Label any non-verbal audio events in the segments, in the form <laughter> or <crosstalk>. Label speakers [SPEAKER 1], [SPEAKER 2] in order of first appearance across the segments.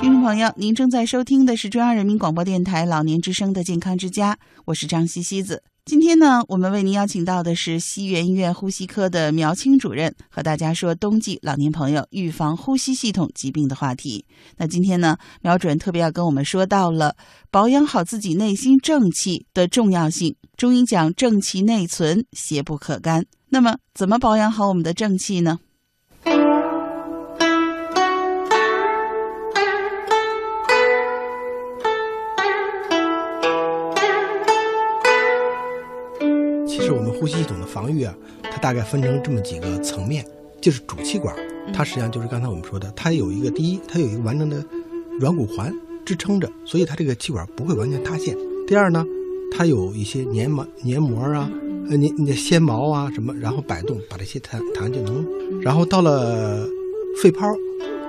[SPEAKER 1] 听众朋友，您正在收听的是中央人民广播电台老年之声的《健康之家》，我是张西西子。今天呢，我们为您邀请到的是西园医院呼吸科的苗青主任，和大家说冬季老年朋友预防呼吸系统疾病的话题。那今天呢，苗主任特别要跟我们说到了保养好自己内心正气的重要性。中医讲正气内存，邪不可干。那么，怎么保养好我们的正气呢？
[SPEAKER 2] 其实我们呼吸系统的防御啊，它大概分成这么几个层面，就是主气管，它实际上就是刚才我们说的，它有一个第一，它有一个完整的软骨环支撑着，所以它这个气管不会完全塌陷。第二呢，它有一些黏膜、黏膜啊，呃，你你的纤毛啊什么，然后摆动把这些痰痰就能，然后到了肺泡，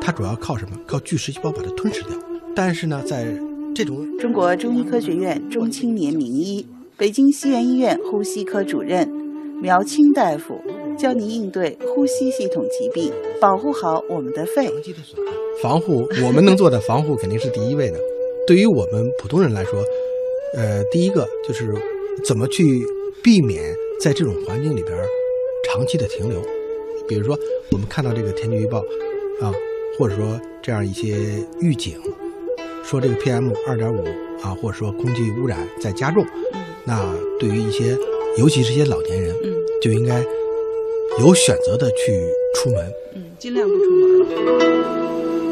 [SPEAKER 2] 它主要靠什么？靠巨噬细胞把它吞噬掉。但是呢，在这种
[SPEAKER 1] 中国中医科学院中青年名医、北京西园医院呼吸科主任苗青大夫，教您应对呼吸系统疾病，保护好我们的肺。
[SPEAKER 2] 防护，我们能做的防护肯定是第一位的。对于我们普通人来说，呃，第一个就是怎么去避免在这种环境里边儿长期的停留。比如说，我们看到这个天气预报啊，或者说这样一些预警，说这个 PM 二点五啊，或者说空气污染在加重，那对于一些，尤其是一些老年人，
[SPEAKER 1] 嗯
[SPEAKER 2] 就应该有选择的去出门。
[SPEAKER 1] 嗯，尽量不出门了。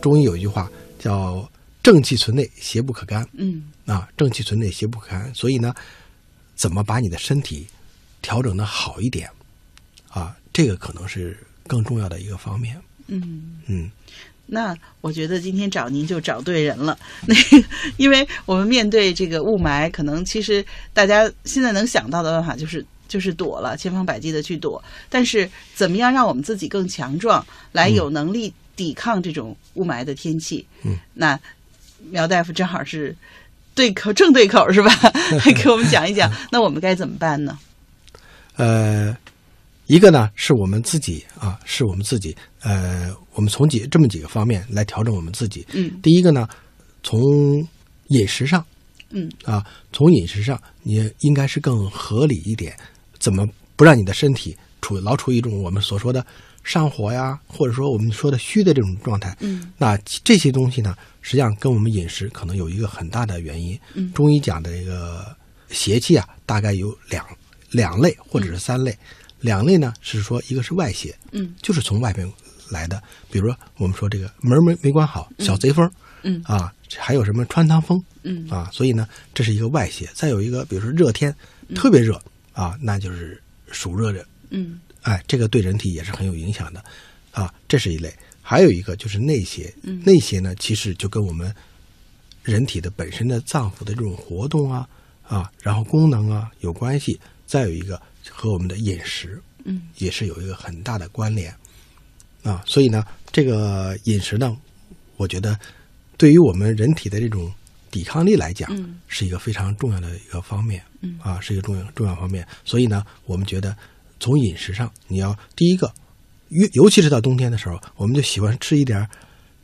[SPEAKER 2] 中医有一句话叫“正气存内，邪不可干
[SPEAKER 1] 嗯”
[SPEAKER 2] 啊，正气存内，邪不可干。所以呢，怎么把你的身体调整的好一点啊，这个可能是更重要的一个方面。
[SPEAKER 1] 嗯，
[SPEAKER 2] 嗯，
[SPEAKER 1] 那我觉得今天找您就找对人了。那个，因为我们面对这个雾霾，可能其实大家现在能想到的办法就是。就是躲了，千方百计的去躲，但是怎么样让我们自己更强壮，来有能力抵抗这种雾霾的天气？
[SPEAKER 2] 嗯，
[SPEAKER 1] 那苗大夫正好是对口正对口是吧？ <laughs> 来给我们讲一
[SPEAKER 2] <laughs>
[SPEAKER 1] 讲，那我们该怎么办呢？
[SPEAKER 2] 呃，一个呢是我们自己啊，是我们自己，呃，我们从几这么几个方面来调整我们自己。
[SPEAKER 1] 嗯
[SPEAKER 2] 第一个呢，从饮食上，
[SPEAKER 1] 嗯
[SPEAKER 2] 啊，从饮食上你应该是更合理一点，怎么不让你的身体处老处于一种我们所说的上火呀，或者说我们说的虚的这种状态？
[SPEAKER 1] 嗯，
[SPEAKER 2] 那其这些东西呢，实际上跟我们饮食可能有一个很大的原因。
[SPEAKER 1] 嗯
[SPEAKER 2] 中医讲的这个邪气啊，大概有两两类或者是三类，两类呢是说一个是外邪，
[SPEAKER 1] 嗯
[SPEAKER 2] 就是从外边来的，比如说我们说这个门儿没没关好，小贼风，
[SPEAKER 1] 嗯
[SPEAKER 2] 啊，还有什么穿堂风，
[SPEAKER 1] 嗯
[SPEAKER 2] 啊，所以呢，这是一个外邪。再有一个，比如说热天，特别热啊，那就是暑热的，
[SPEAKER 1] 嗯
[SPEAKER 2] 哎，这个对人体也是很有影响的，啊，这是一类。还有一个就是内邪，内邪呢，其实就跟我们人体的本身的脏腑的这种活动啊啊，然后功能啊有关系。再有一个和我们的饮食，
[SPEAKER 1] 嗯
[SPEAKER 2] 也是有一个很大的关联啊。所以呢，这个饮食呢，我觉得对于我们人体的这种抵抗力来讲，
[SPEAKER 1] 嗯
[SPEAKER 2] 是一个非常重要的一个方面，
[SPEAKER 1] 嗯
[SPEAKER 2] 啊，是一个重要重要方面。所以呢，我们觉得从饮食上，你要第一个，尤尤其是到冬天的时候，我们就喜欢吃一点儿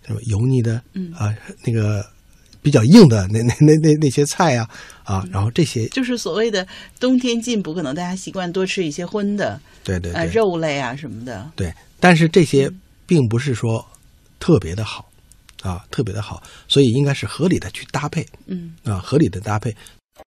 [SPEAKER 2] 什么油腻的，
[SPEAKER 1] 嗯
[SPEAKER 2] 啊，那个比较硬的那那那那那些菜呀、啊，
[SPEAKER 1] 嗯
[SPEAKER 2] 然后这些，
[SPEAKER 1] 就是所谓的冬天进补，可能大家习惯多吃一些荤的，
[SPEAKER 2] 对对
[SPEAKER 1] 呃，
[SPEAKER 2] 对，
[SPEAKER 1] 肉类啊什么的。
[SPEAKER 2] 对，但是这些并不是说特别的好啊，特别的好，所以应该是合理的去搭配
[SPEAKER 1] 嗯
[SPEAKER 2] 啊，合理的搭配。